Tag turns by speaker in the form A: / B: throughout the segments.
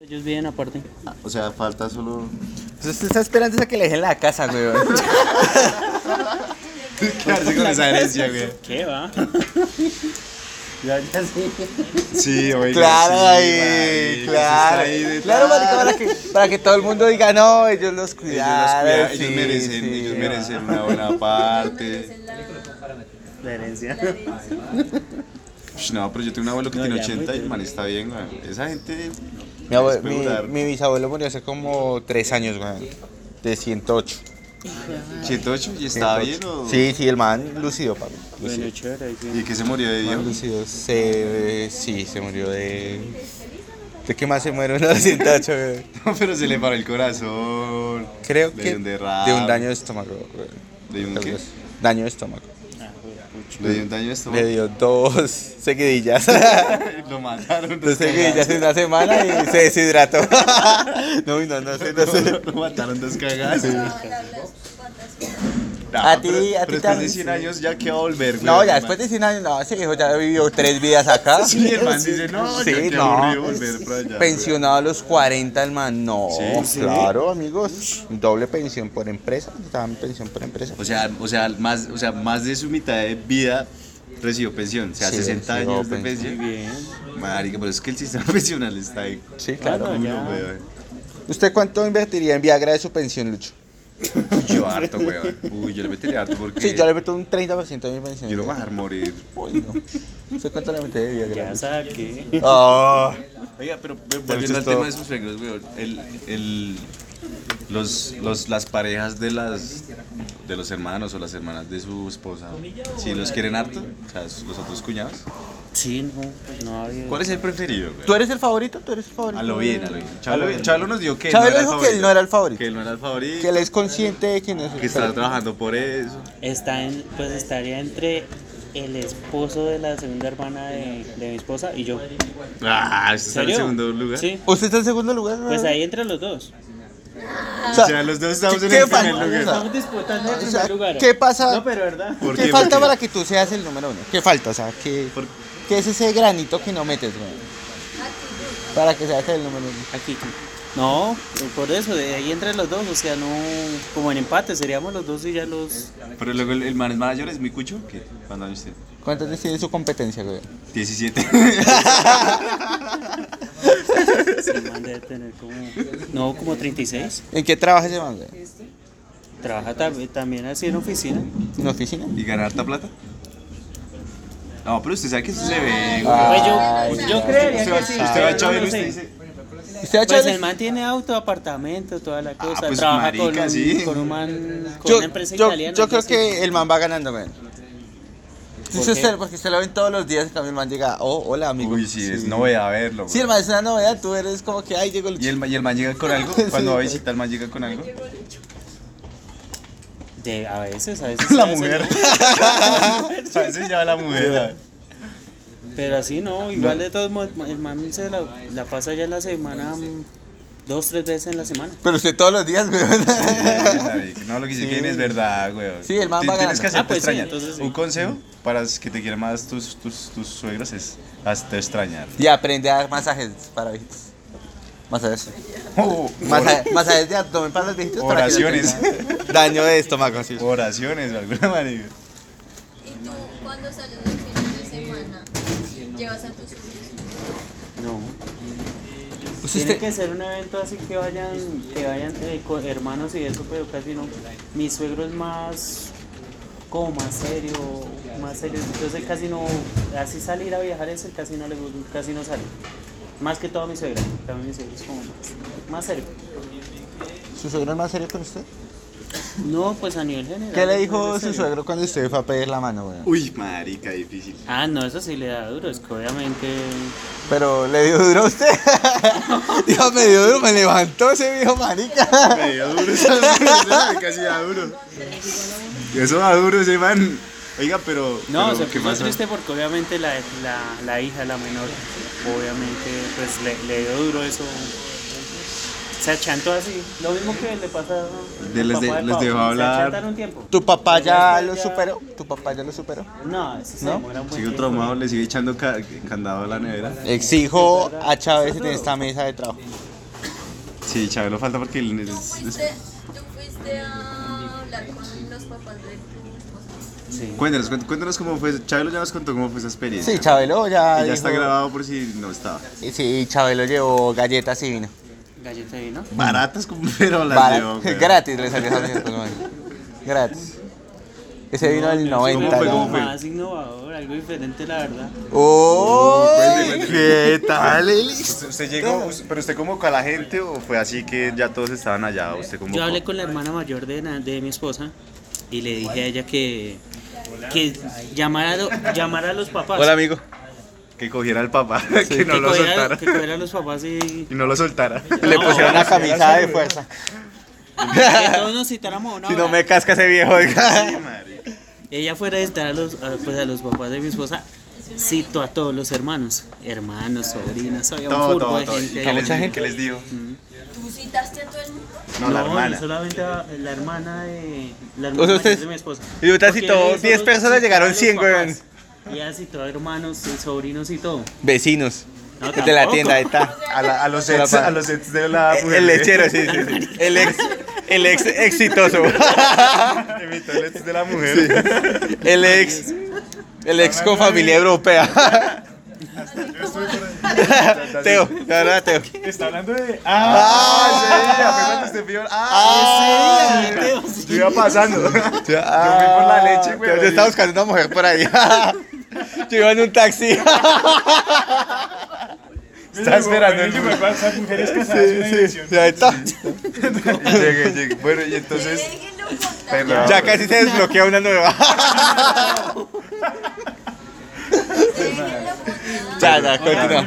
A: Ellos viven aparte.
B: O sea, falta solo.
C: Usted está esperando a Pues que le dejen la casa, güey.
B: Quedarse con esa herencia, güey.
A: ¿Qué va?
B: Sí, oiga.
C: Claro,
B: sí,
C: ahí,
B: marica, eso está
C: claro.
B: ahí de
C: Claro,
B: tal.
C: marica, para que, para que todo el mundo diga, no, ellos los
B: Ellos,
C: cuidaron.
B: los cuidan, ellos
C: sí,
B: merecen,
C: sí".
B: ellos merecen una buena parte.
D: Entonces, la-
A: La herencia.
B: Ush, no, pero yo tengo un abuelo que
A: No,
B: tiene
A: ya,
B: 80 y el
A: muy
B: man está bien, güey. Esa gente.
C: Mi, abue-
B: es
C: mi-
B: regular.
C: mi bisabuelo murió hace como tres años, güey. De 108.
B: 108 y estaba bien, o.
C: Sí, sí, el man lucido, papi.
A: Bueno,
C: Lucido.
A: chévere. ahí
B: ¿Y
A: bien.
B: qué se murió de Dios?
C: Man lucido. Se, sí, se murió de. ¿De qué más se muere uno de 108, güey?
B: No, pero se le paró el corazón.
C: Creo
B: Le
C: que.
B: dio un derrame.
C: De un daño de estómago, güey.
B: ¿Le dio un
C: Tal
B: qué?
C: vez. Daño de estómago.
A: Ah, joder, pucho.
B: Le dio un daño de estómago.
C: Le dio dos seguidillas.
B: Lo mataron.
C: Dos seguidillas en una semana y se deshidrató. No, no, no sé, no sé.
B: Lo mataron dos cagadas.
D: la- las patas.
B: No,
C: A ti-
B: pero- pero
C: a ti
B: después de
C: también,
B: 100
C: sí.
B: años ya que va a volver,
C: No,
B: güey,
C: ya
B: el
C: después
B: man.
C: de 100 años, no, ese viejo ya vivió tres vidas acá.
B: Sí, el man dice, no, ya
C: Sí,
B: que
C: no.
B: aburrido volver para allá.
C: Pensionado a los 40, el man. No,
B: Sí, sí.
C: claro, amigos. Doble pensión por empresa. Estaban pensión por empresa.
B: O sea, o sea, más, o sea, más de su mitad de vida recibió pensión. O sea,
C: Sí,
B: 60
C: recibió
B: años de pensión.
C: pensión.
A: Muy bien.
B: Marica, pero es que el sistema pensional está ahí.
C: Sí, claro.
A: Bueno,
B: Duro,
A: ya.
B: weón.
C: ¿Usted cuánto invertiría en Viagra de su pensión, Lucho?
B: Yo harto, weón. Uy, yo le metería harto porque
C: Sí, yo le meto un 30% de mi pensión.
B: yo lo voy a dejar morir.
C: Uy, no. ¿Usted cuánto le mete de Viagra?
A: Ya saqué.
C: Ah.
B: Oiga, pero
C: volviendo
B: volviendo
C: al
B: al
C: todo.
B: tema de sus suegros, weón. El, el, los, los, las parejas de las de los hermanos o las hermanas de su esposa, si los quieren harto, o sea, los otros cuñados.
A: Sí, no, pues no había.
B: ¿Cuál es el preferido, weón?
C: ¿Tú eres el favorito? ¿Tú eres el favorito?
B: A lo bien, a lo bien. Chabelo, Chabelo nos dijo que
C: Chabelo
B: el
C: dijo que él no era el favorito.
B: Que él no era el favorito.
C: Que él es consciente de que no es el
B: Que está trabajando por eso.
A: Está en, pues estaría entre el esposo de la segunda hermana de, de mi esposa y yo.
B: Ah, está en
A: ¿Serio?
B: el segundo lugar.
A: Sí.
C: ¿Usted está en segundo lugar?
A: Pues ahí entre los dos.
B: O sea, los dos estamos en
C: ¿Qué
B: el primer
C: falta?
B: lugar.
A: Estamos disputando el
C: O
A: primer
C: sea,
A: lugar.
C: ¿Qué pasa?
A: No, pero verdad.
B: ¿Por
C: ¿Qué
B: qué?
C: falta
B: ¿Por qué?
C: para que tú seas el número uno? ¿Qué falta? O sea, ¿qué,
B: Por-
C: qué es ese granito que no metes, güey? Para que seas el número uno.
A: Aquí. No, por eso, de ahí entre los dos, o sea, no, como en empate, seríamos los dos y ya los...
B: Pero luego el, el man es mayor, es muy cucho. ¿Qué? ¿Cuándo años tiene?
C: ¿Cuántas veces tiene su competencia, güey?
B: 17.
A: se man debe tener como... No, como 36.
C: ¿En qué trabajas, Iván, güey?
A: Trabaja tam- también así en oficina.
C: ¿En una oficina?
B: ¿Y ganar harta plata? No, pero usted sabe que eso se ve. güey.
C: Ah,
A: Pues yo,
C: Ay,
A: yo creería
B: usted, va-
A: que sí.
B: usted va a
A: pero
B: Chabelo y
A: no
B: usted
A: sé.
B: dice.
C: ¿Usted ha hecho
A: Pues Ah,
C: el-
A: el man tiene auto, apartamento, toda la cosa.
B: pues,
A: Trabaja con,
B: marica,
A: un,
B: sí.
A: con un man, con
C: yo,
A: una empresa
C: yo-
A: italiana.
C: yo creo
A: entonces-
C: que el man va ganando, güey. Sí,
A: qué?
C: usted- porque usted lo ven todos los días y también el man llega, oh, hola, amigo.
B: Uy, sí, es novedad verlo. güey.
C: Sí, el man es una novedad, tú eres como que, ay, llegó el
B: ¿Y el, ma- y el man llega con algo.
C: Sí.
B: Cuando va a visitar, el man llega con algo.
A: De- a veces, a veces.
B: La
A: a veces
B: mujer.
A: no.
B: A veces lleva la mujer.
A: Pero así no, igual de todos modos, el man se la, la pasa ya la semana, mm, dos, tres veces en la semana.
C: Pero usted todos los días, güey.
B: No, lo que dice Kevin es verdad, güey.
C: Sí, el man
B: Ti-
C: va
B: Tienes
C: ganando.
B: que hacerte
A: Ah, pues sí,
B: extrañar.
A: entonces sí.
B: Un consejo para que te quieran más tus, tus, tus suegros es hazte extrañar.
C: Y aprende a dar masajes para viejitos. Masajes.
B: Oh,
C: Masa- Masajes de abdomen para los viejitos. para que no
B: Oraciones.
C: tengan daño de estómago, sí.
B: oraciones de alguna manera.
D: ¿Y tú cuando sales los fines de semana? ¿Llevas a tus hijos?
A: No.
C: Pues
A: Tiene
C: usted-
A: que ser un evento así que vayan, que vayan eh, co- hermanos y eso, pero casi no. Mi suegro es más como más serio, más serio. Entonces él casi no, así salir a viajar es el casi no le gusta, casi no sale. Más que todo mi suegra, también mi suegro es como más, más serio.
C: ¿Su suegro es más serio con usted?
A: No, pues a nivel general.
C: ¿Qué le
A: es
C: dijo
A: más
C: su
A: serio.
C: suegro cuando usted fue a pedir la mano, güey?
B: Uy, marica, difícil.
A: Ah, no, eso sí le da duro, es que obviamente
C: Pero le dio duro a usted. Dijo, me dio duro, me levantó ese viejo marica.
B: Me dio duro, esa- esa- casi da duro. Eso da duro ese man. Oiga, pero.
A: No,
B: pero,
A: se
B: ¿qué
A: puso
B: pasó?
A: triste porque obviamente la, la, la hija, la menor, obviamente pues le, le dio duro eso. Se achantó así. Lo mismo que le pasa a
B: De- les de- les dejó
A: Se
B: hablar.
A: achantaron un tiempo.
C: ¿Tu papá ya lo superó? ¿Tu papá ya lo superó?
A: No, eso se
C: ¿No?
A: demora un buen
B: Sigue
A: tiempo.
B: traumado, le sigue echando ca- candado a la nevera.
C: Exijo a Chávez en esta mesa de trabajo.
B: Sí, Chabelo falta porque él
D: ¿Tú
B: es- es-
D: fuiste, tú fuiste a hablar con los papás de tu esposo?
A: Sí.
B: Cuéntanos, cuént- cuéntanos cómo fue. Chabelo ya nos contó cómo fue esa experiencia.
C: Sí, Chabelo ya.
B: Y ya está
C: dijo-
B: grabado por si no estaba.
C: Y sí, Chabelo llevó galletas y vino.
A: Galleta de vino.
B: Baratas, como- pero las
C: Barat-
B: llevó. güey.
C: gratis le salió esa mierda, hermano. Gratis. Ese vino del
A: No, pero
C: 90.
A: es
B: ¿Cómo fue?
A: algo
B: ¿Cómo
C: ¿no?
B: fue?
A: Más innovador, algo diferente, la verdad.
C: ¡Oh!
B: Cuente,
C: ¿Qué tal, Elis?
B: ¿Usted, usted llegó, us- pero usted convocó a la gente o fue así que ya todos estaban allá? ¿Usted convocó?
A: Yo hablé con la hermana mayor de, na- de mi esposa y le dije a ella que, que llamara, a lo- llamara a los papás.
C: Hola, amigo.
B: Que cogiera al papá,
A: Sí,
B: que no lo
A: cogiera-
B: soltara.
A: Que cogiera a los papás y
B: Y no lo soltara.
C: Le
A: No,
C: pusieron
A: ahora
C: una camisa de fuerza.
A: que todos nos citáramos a una
C: Si no
A: hora.
C: me casca ese viejo. diga.
A: Ella fuera a visitar a los, a- pues, a los papás de mi esposa, citó a todos los hermanos, hermanos, sobrinas, había un
B: Todo,
A: furbo
B: todo,
A: de
B: todo. ¿Y
A: gente.
B: qué
A: ahí.
B: pues, les, dijo? ¿Qué les dijo?
D: ¿Tú citaste a todo el mundo?
B: No, la hermana.
A: solamente a- la hermana de la hermana
C: O sea,
A: mayor
C: ustedes-
A: de mi esposa.
C: y usted
A: Porque
C: citó
A: ella solo
C: 10 personas,
A: citó
C: llegaron
A: a los
C: 100,
A: papás. Y así citó a hermanos, sobrinos y todo.
C: Vecinos. Este
A: No,
C: de
A: tampoco.
C: la
A: Ah, pues,
C: tienda, ahí está.
B: A, la- a los
C: Hola,
B: ex,
C: pa.
B: a los ex de la
C: El, el lechero, sí, sí, sí. El ex, el ex exitoso.
B: Evitó el ex de la mujer.
C: El ex, el ex con familia europea. Teo, la verdad, Teo.
B: Está hablando de. ¡Ah! sí, apenas usted vio-
C: Ah,
B: ¡Ah! sí, Yo iba pasando.
C: Yo
B: por la leche, güey.
C: Yo estaba buscando una mujer por ahí. Yo iba en un taxi.
B: Estaba esperando. el-
C: Sí, sí, sí, ahí está.
B: Llegué, llegué. Bueno, y entonces.
D: Déjenlo contar.
B: Perdón.
C: Ya casi se desbloquea una nueva.
D: Déjenlo contar.
C: Ya, ya, continúa.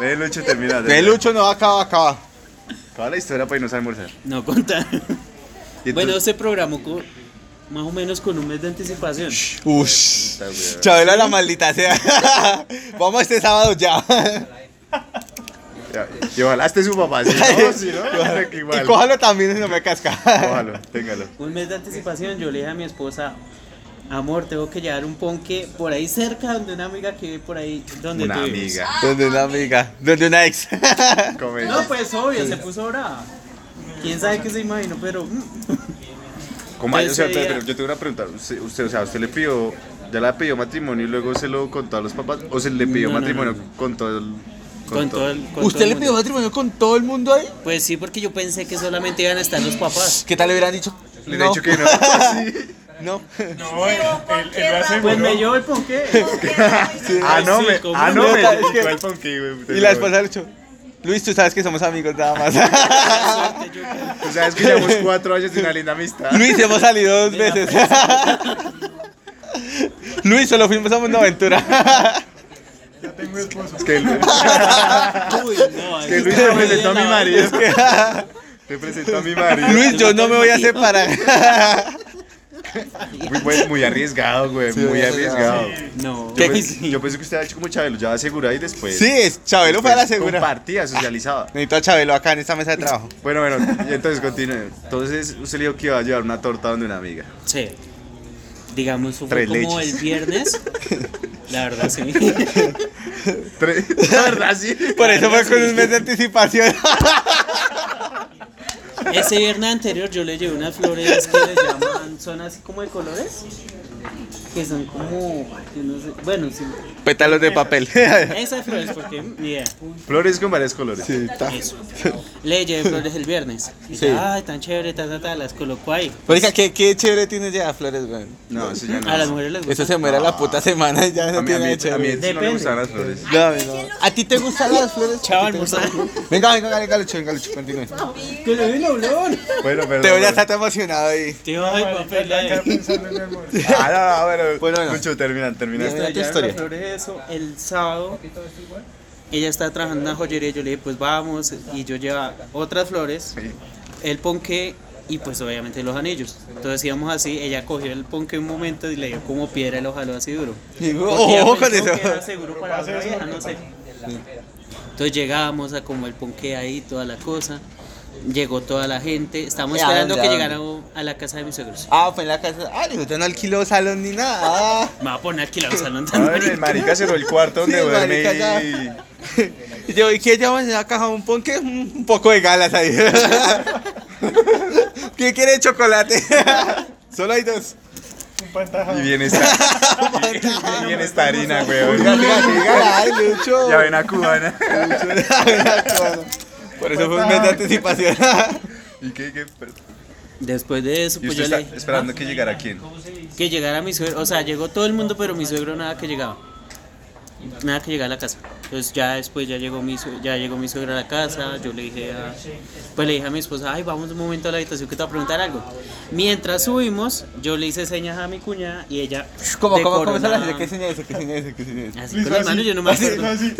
B: Ve, Lucho, termina.
C: El Lucho no acaba, acaba.
B: Toda la historia para irnos a almorzar.
A: No contar.
B: Y entonces-
A: Bueno, se programó con, más o menos con un mes de anticipación.
C: Ush.
B: güey.
C: Chabela la maldita sea. Vamos este sábado ya.
B: Ya, Y ojalá esté su papá. Si no, si no,
C: Y
B: igual.
C: cójalo también si no me casca.
B: Cójalo, téngalo.
A: Un mes de anticipación yo le dije a mi esposa, amor, tengo que llevar un ponque por ahí cerca donde una amiga que vive por ahí donde
B: Una
A: tú vives".
B: amiga.
C: Donde una amiga, donde una ex.
B: Comedia.
A: No, pues obvio, se puso brava. Quién sabe qué se imaginó, pero mm.
B: Como hay- o sea,
A: Ese día-
B: pero yo tengo una pregunta. Usted, usted, o sea, usted le pidió, ya la pidió matrimonio y luego se lo contó a los papás, o se le pidió
A: No, no,
B: matrimonio
A: no, no.
B: con todo el.
A: con todo el con todo
C: ¿Usted
A: el
C: le
A: mundo.
C: pidió matrimonio con todo el mundo ahí?
A: Pues sí, porque yo pensé que solamente iban a estar los papás.
C: ¿Qué tal le hubieran dicho?
B: Le he dicho que no. Sí.
C: No.
E: No, él, él, él lo hace
A: Pues me llevó el ponqué.
B: Ah, no,
A: sí,
B: me.
A: como
B: Ah,
A: un
B: no, me.
C: idiota, es que-
B: igual con que, güey,
C: Y
B: pero-
C: la esposa le dicho, Luis, tú sabes que somos amigos nada más.
B: O sea, es que llevamos cuatro años de una linda amistad.
C: Luis, hemos salido dos veces. Luis, solo fuimos a una aventura.
B: Es que Luis,
A: Uy, no,
B: que Luis me presentó a mi marido. Me presentó a mi marido.
C: Luis, yo no me voy a separar.
B: Muy, buen- muy arriesgado, güey.
C: Sí,
B: muy
C: sí,
B: arriesgado.
A: No.
B: Yo,
C: ¿Qué?
B: pensé, yo pensé que usted había hecho como Chabelo, ya asegurado y después.
C: Sí, es Chabelo para la
B: después
C: segura.
B: Compartía, socializaba.
C: Necesito a Chabelo acá en esta mesa de trabajo.
B: Bueno, bueno, y entonces continúe. Entonces usted le dijo que iba a llevar una torta donde una amiga.
A: Sí. Digamos, eso fue
B: Tres
A: como
B: leches.
A: el viernes. La verdad, sí.
B: Tres, la verdad, sí.
C: Por eso fue con un mes de anticipación.
A: Ese viernes anterior yo le llevé unas flores que le llaman, son así como de colores. Que son como, que no sé, bueno, sí.
C: Pétalos de papel.
A: Esas flores, porque, mm, ni idea.
B: Flores con varios colores.
A: Eso. Le llevé flores el viernes. Y
C: Sí.
A: ya, ay, tan chévere, ta, ta, ta, las colocó ahí.
C: Oiga, qué, qué chévere tiene ya flores, weón.
B: No, eso ya no.
A: A las mujeres les gusta.
C: Eso se muere a la puta semana y ya
B: A
C: no
B: mí, a mí,
C: tiene
B: a
C: de
B: mí,
C: chévere.
B: no
A: Depende.
B: me gustan las flores.
C: No, a mí no. ¿A ti te gustan las flores?
A: Chao,
C: ¿A ti te gustan?
A: almorzar.
C: Venga, venga, venga, venga, Lucho, venga, Lucho, continúe.
A: Que le den olor.
B: Bueno, perdón.
C: Teo ya
B: perdón.
C: está tan emocionado ahí.
A: Tío, ay, papel,
E: Acá
A: ay.
E: pensando en el amor.
B: Ah, no, no, bueno,
C: Bueno, bueno.
B: Lucho, termina, termina.
C: Bien.
A: Estoy
C: tu
A: allá en
C: historia.
A: las flores, eso, el sábado ella está trabajando en una joyería, yo le dije, pues vamos, y yo llevaba otras flores, el ponqué y pues obviamente los anillos. Entonces íbamos así, ella cogió el ponqué un momento y le dio como piedra y lo jaló así duro.
C: Y-
B: Oh,
A: Porque ella
C: Ojo con
A: pensó
C: eso.
A: que era seguro para otra vieja, no sé. Entonces llegamos a como el ponqué ahí, toda la cosa. Llegó toda la gente. Estamos
C: Ya,
A: esperando
C: ya.
A: que llegara a la casa de mis suegros.
C: Ah, fue en la casa. Ah, dijo, yo no alquiló salón ni nada. Ah,
A: Me va a poner aquí la salón
B: A ver, el marica cerró el cuarto
C: Sí,
B: donde
C: el
B: duerme
C: marica
B: y.
C: Y yo, ¿y qué llamas en la caja? ¿Un pon qué? Un un poco de galas ahí. ¿Quién quiere chocolate? Solo hay dos.
E: Un pantaja.
B: Y bienestar. y bienestarina, weón.
C: Ay, Lucho.
B: Ya ven a cubana.
C: Por eso fue un mes de anticipación.
B: ¿Y qué? qué?
A: Después de eso,
B: ¿Y
A: pues
B: usted
A: yo
B: está
A: le
B: esperando que llegara quién?
A: que llegara mi suegro, o sea, llegó todo el mundo, pero mi suegro nada que llegaba. Nada que llegaba a la casa. Entonces ya después ya llegó mi sue- ya llegó mi suegro a la casa, yo le dije a pues le dije a mi esposa, "Ay, vamos un momento a la habitación que te voy a preguntar algo." Mientras subimos, yo le hice señas a mi cuñada y ella
C: ¿Cómo, cómo, cómo
A: decoró
C: son las
A: la-
C: ¿Qué señal es? ¿Qué señal es? ¿Qué señal es?
A: Así con las manos yo no me
E: así,
A: acuerdo.
E: así.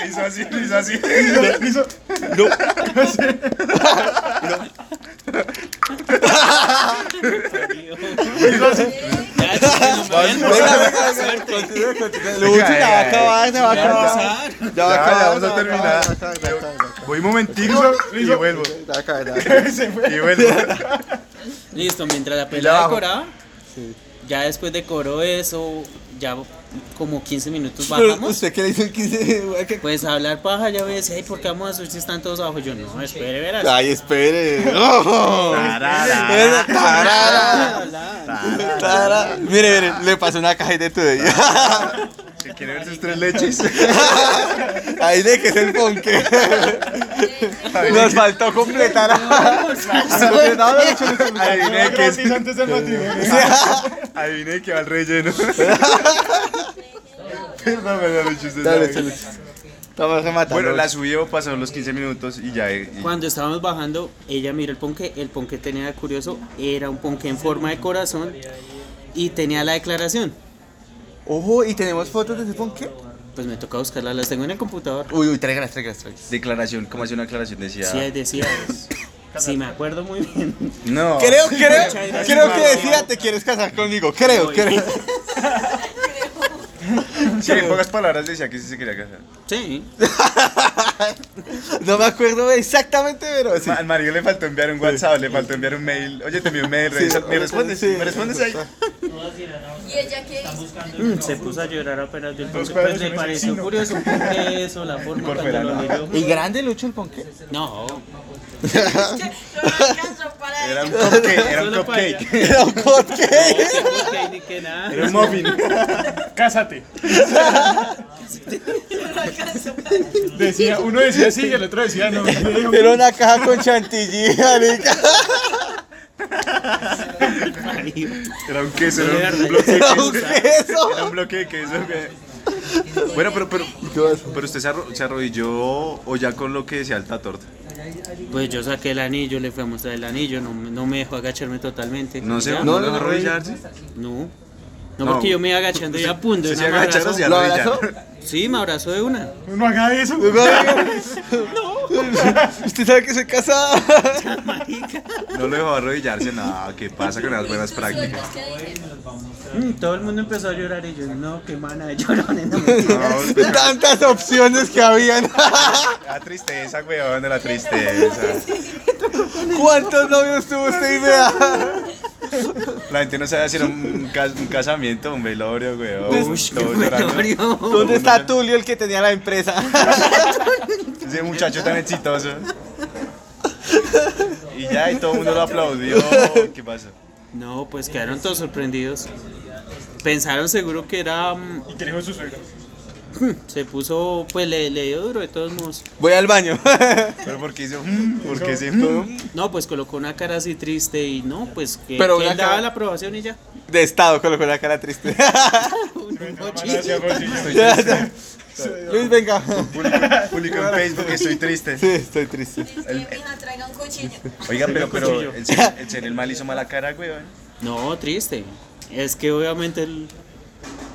B: Le Hizo así, le hizo así.
E: Hizo- hizo-
A: Ya, chicos, me habían
C: Venga,
A: pasado.
C: venga, venga. Continúe, continúe. Lucho, ya va a
B: Ay, ay,
C: acabar,
A: Me
C: se va a
A: habían
C: acabar.
A: pasado.
C: Ya va a
B: Ya,
C: acabar.
B: ya vamos a
C: se va
B: terminar.
C: acabar, se va a acabar, se va a acabar.
B: Voy un momentico y
E: hizo-
B: vuelvo.
C: Se va a acabar, se va a acabar.
E: se fue.
B: Y vuelvo.
A: Listo, mientras la pelea
B: abajo.
A: decoraba, ya después decoró eso, ya como 15 minutos
C: Pero,
A: bajamos.
C: ¿Usted qué le hizo el 15 de igual que-
A: Pues hablar paja, ya ves, hey, ¿por qué vamos a subir si están todos abajo? Yo, no, espere, verás.
C: Ay, espere. Oh. Esa- tarara, tarara. Mire, mire, le pasó una cajita de todo.
B: Si quiere ver sus tres leches.
C: Ahí de que es el ponque. Nos faltó completar. Completado el ocho, ocho, ocho.
B: Adiviné que, es-
E: Gratis antes del matrimonio.
B: adiviné que va al relleno. Perdóname, no, Lucho, usted
C: Dale,
B: sabe.
C: chale. Estamos rematando.
B: Bueno, la subió, pasaron los 15 minutos y ya. y-
A: Cuando estábamos bajando, ella miró el ponque, el ponque tenía de curioso, era un ponque en forma de corazón y tenía la declaración.
C: Ojo, ¿y tenemos fotos de ese ponque?
A: Pues me toca buscarla, las tengo en el computador.
C: Uy, uy, tráigalas, tráigalas, tráigalas.
B: Declaración, ¿cómo hace una declaración? Decía.
A: Sí, decía, sí, me acuerdo muy bien.
B: No.
C: Creo, creo,
A: Muchas gracias,
C: creo que
A: María.
C: decía te quieres casar conmigo. Creo,
A: Voy.
C: creo.
B: Sí, en pocas palabras decía que sí se quería casar.
A: Sí,
C: No me acuerdo exactamente, pero sí.
B: Ma- Al marido le faltó enviar un WhatsApp, le faltó enviar un mail. Oye, te envié un mail, revisa-
C: Sí,
B: ¿me respondes?
C: sí.
B: ¿Me respondes ahí?
D: ¿Y ella qué hizo?
A: Mm, se puso a llorar apenas del ponque, pues
E: cuadros
A: le
E: en ese
A: pareció
E: chino.
A: curioso un ponque eso, la forma
B: Por
A: cuando
B: fuera,
A: lo
B: no.
A: leyó.
C: ¿Y grande Lucho el ponque?
A: No,
D: No alcanzó para
B: Era un
D: ella.
B: cupcake, era un
A: Solo para
B: cupcake.
C: Era un cupcake.
A: no, ni que nada.
B: Era un muffin.
E: Cásate.
D: No alcanzó para
E: Decía, uno decía sí y el otro decía no.
C: Era una caja con chantilly, marica.
B: Era un queso,
A: No le
B: era un
A: agarré.
B: bloque de
C: Era un
B: queso.
C: queso.
B: Era un bloque de queso. güey. Bueno, pero, pero, pero usted se, arro- se arrodilló o ya con lo que decía alta torta.
A: Pues yo saqué el anillo, le fui a mostrar el anillo, no, me- no me dejó agacharme totalmente.
B: No sé,
A: ¿Ya?
B: no,
C: No,
B: dejó
C: no, no.
B: arrodillarse.
A: No. No,
B: No.
A: porque yo me iba agachando y a punto.
B: Si
A: de
B: se
A: una me
B: agacharon,
A: abrazó.
B: se
C: ¿Lo
B: arrodillaron.
C: abrazó?
A: Sí, me abrazó de una.
E: No haga eso.
C: Usted sabe que soy casada.
B: No lo dejó arrodillarse, no, ¿qué pasa con las buenas prácticas?
A: Mm, todo el mundo empezó a llorar y yo, no, qué mana de llorones. No,
B: No, pues,
C: Tantas opciones que habían.
B: la tristeza, weón, de la tristeza.
C: ¿Cuántos novios tuvo usted y me da?
B: La gente no sabe si era un, cas- un casamiento, un velorio, weón.
A: Uy, Pues, qué
B: Todos llorando.
A: velorio.
C: ¿Dónde está Tulio, el que tenía la empresa?
B: Ese muchacho tan exitoso. Y ya, y todo el mundo lo aplaudió. ¿Qué pasó?
A: No, pues quedaron todos sorprendidos. Pensaron seguro que era. mm,
E: Y que dijo su suegro.
A: Se puso, pues le, le dio duro de todos modos.
C: Voy al baño.
B: Pero porque hizo, mm, porque ese, mm.
A: No, pues colocó una cara así triste y no, pues que,
C: Pero
A: que
C: una
A: él daba
C: cara-
A: la aprobación y ya.
C: De estado, colocó la cara triste.
A: Un
E: Ahora sí,
A: mochillo.
E: arrodillo.
C: Luis, venga.
B: Publicó- publicó en Facebook que estoy triste.
C: Sí, estoy triste.
D: Es que mija, traiga un cuchillo.
B: Oiga, pero, pero el, sen- el, sen- el mal hizo mala cara, weón.
A: No, triste. Es que obviamente el,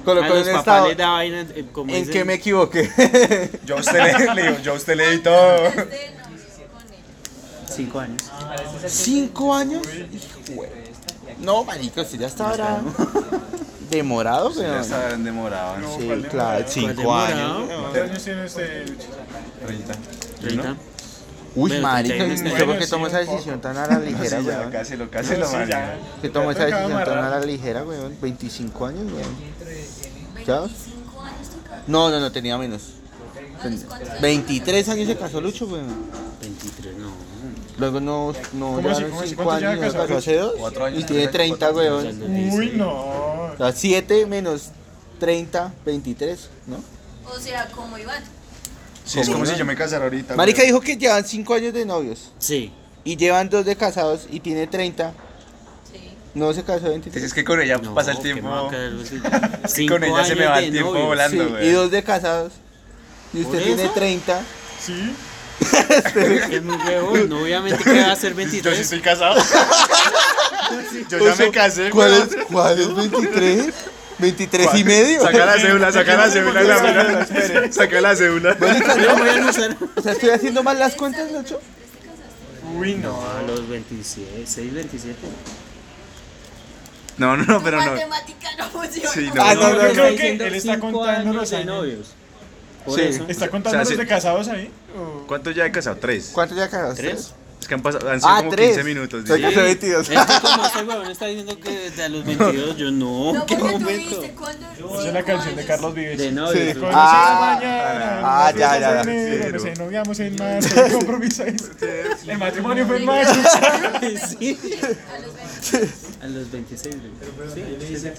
A: a
C: Colocó
A: los
C: en
A: papás
C: estado.
A: les da vaina, eh, como
C: ¿En
A: dicen,
C: qué me equivoqué?
B: Yo a usted le, le digo, yo a usted le di todo.
D: Antes de novio con ella.
A: cinco años.
C: ¿Cinco años? Hijo de- No, marico, si ya estaba era demorado,
B: Ya
C: weón.
B: estaban demorados.
E: No,
C: Sí,
E: ¿cuál
C: claro,
E: demorado?
C: cinco
A: ¿Cuál
C: años.
A: demorado?
E: ¿Cuántos años tiene usted? Lucho?
B: 30.
A: Treinta.
C: Uy,
A: Bueno,
C: marico,
A: treinta y
C: no
A: uno
C: sé
A: está
C: por qué
E: bien.
C: tomo esa decisión tan a la ligera,
B: Sí, ya,
C: weón.
B: cáselo, cáselo,
E: No, sí, ya.
B: María.
C: Que tomo esa
E: Tocaba
C: decisión tan a
E: amarrar.
C: la ligera, weón. 25 años, weón. ¿Ya?
D: 25 años tocaba.
C: No, no, no, tenía menos.
D: ¿A los cuántos años?
C: 23 años se casó Lucho, güey.
A: 23, no.
C: Luego no, no,
E: ¿Cómo así?
C: ya
E: ¿Cómo así?
C: 5
E: ¿Cuánto lleva
C: años,
E: casado
C: casó hace dos.
B: Cuatro años,
C: Y tiene
B: tres,
C: 30,
B: cuatro
A: O sea,
C: güey.
A: no dice.
E: Uy, no.
C: O sea, 7 menos 30, 23, ¿no?
D: O sea, como Iván.
B: Sí, es
C: ¿Cómo
B: como
C: no?
B: si yo me casara ahorita.
C: Marica
B: güey.
C: dijo que llevan 5 años de novios.
A: Sí.
C: Y llevan 2 de casados y tiene 30.
D: Sí.
C: No se casó
B: Sí,
C: 23.
B: Es que con ella
A: No,
B: pasa el
A: que me va a
B: tiempo.
A: caer algo así.
B: Es que con
A: Cinco
B: ella se me va
A: años
B: el
A: de
B: tiempo
A: novio,
B: volando,
C: Sí,
B: güey.
C: y 2 de casados. Y
A: ¿Por
C: usted tiene
A: eso?
C: 30.
E: Sí.
A: que Es muy huevón, no, obviamente que va a ser 23.
B: estoy casado. Yo ya me casé.
C: ¿Cuál
B: güey.
C: es, ¿Cuál es 23? 23 y medio.
B: Saca la cédula, saca la cédula. la mira, espere, Saca la cédula.
C: Marica,
A: Yo voy a almorzar.
C: O sea, estoy haciendo mal las cuentas, Lucho.
E: Uy, no.
A: No, a los 27, 6, 27.
B: No, no, no, pero no.
D: Matemática no funciona.
B: Sí,
C: Ah,
B: no.
C: no, no,
E: yo creo
A: está
E: que
A: diciendo
E: él está
A: cinco
E: contando
A: años
E: los
A: de
E: años.
A: novios. Por
C: Sí.
A: eso.
E: ¿Está
B: O sea,
E: contando los
B: sí.
E: de casados ahí? ¿O-
B: ¿Cuánto ya he casado? Tres.
C: ¿Cuánto ya casados?
A: ¿Tres?
B: Es que han pasado, han sido
C: Ah,
B: como
C: 3.
B: 15 minutos.
C: Soy
B: dice.
C: casado 22.
A: Es que Este como ese huevón está diciendo que desde a los 22 yo no.
D: No,
A: ¿Qué
D: porque tú
A: momento?
D: viste cuando.
E: Esa es la canción de Carlos Vives.
A: De
C: Sí.
A: novios.
E: Con
A: ¿no?
C: Ah,
E: eso era mañana,
C: ah,
E: nos
C: ya, ya,
E: vemos
C: ya.
E: en enero,
B: Sí,
E: nos
B: pero-
E: ennoviamos en marzo, el compromiso es- El matrimonio fue en marzo.
A: Sí.
D: A los 20.
A: A los 26. güey. Sí, sí, sí.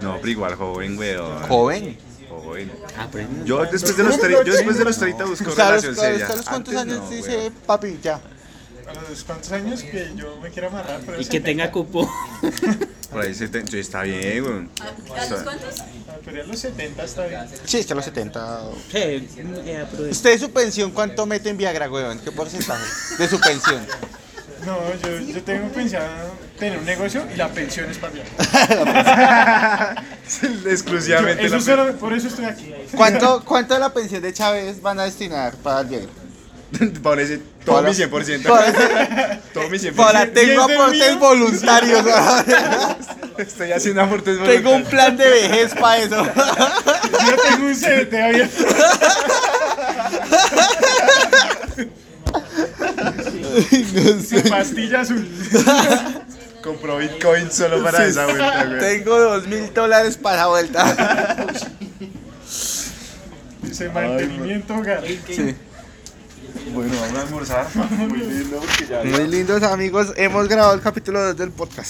B: No, pero igual, joven, güey.
C: Joven.
B: Joven.
A: Aprende.
B: Yo después de los, tre- yo después de los 30 busco
C: O sea, a los,
B: relación
C: a los-
B: seria.
C: a los cuántos
B: Antes
C: años
B: no,
C: dice
B: güey.
C: papi, ya.
E: A los cuantos años que yo me quiera amarrar, pero
A: Y
E: se
A: que
E: me-
A: tenga cupo.
B: Por ahí se te- sí, está bien, güey.
D: ¿A, a los cuántos?
E: Ah, Pero ya los 70 está bien.
C: Sí, está a los 70.
A: Sí, eh, aprovecha.
C: ¿Usted de su pensión cuánto mete en Viagra, weón? ¿Qué porcentaje? De su pensión.
E: No, yo, yo tengo pensado tener un negocio y la pensión es para mí. Yo-
B: Exclusivamente
E: eso
B: la
E: solo- por eso estoy aquí.
C: ¿Cuánto, ¿Cuánto de la pensión de Chávez van a destinar para el Viagra?
B: Paola dice, todo
C: Paola-
B: mi 100%.
C: Paola-
B: todo mi 100%.
C: Ahora tengo
E: ¿Y es de
C: aportes
E: mío?
C: voluntarios.
B: Estoy haciendo aportes
C: tengo un
B: voluntarios.
C: plan de vejez para eso.
E: Yo tengo un CDT abierto.
C: No sé.
E: De pastilla azul.
B: Compró Bitcoin solo para esa vuelta, güey.
C: Tengo dos mil dólares para la vuelta.
E: Dice mantenimiento hogar.
C: Sí.
B: Bueno, vamos a almorzar. Muy lindo porque ya.
C: Muy lindos amigos, hemos grabado el capítulo 2 del podcast.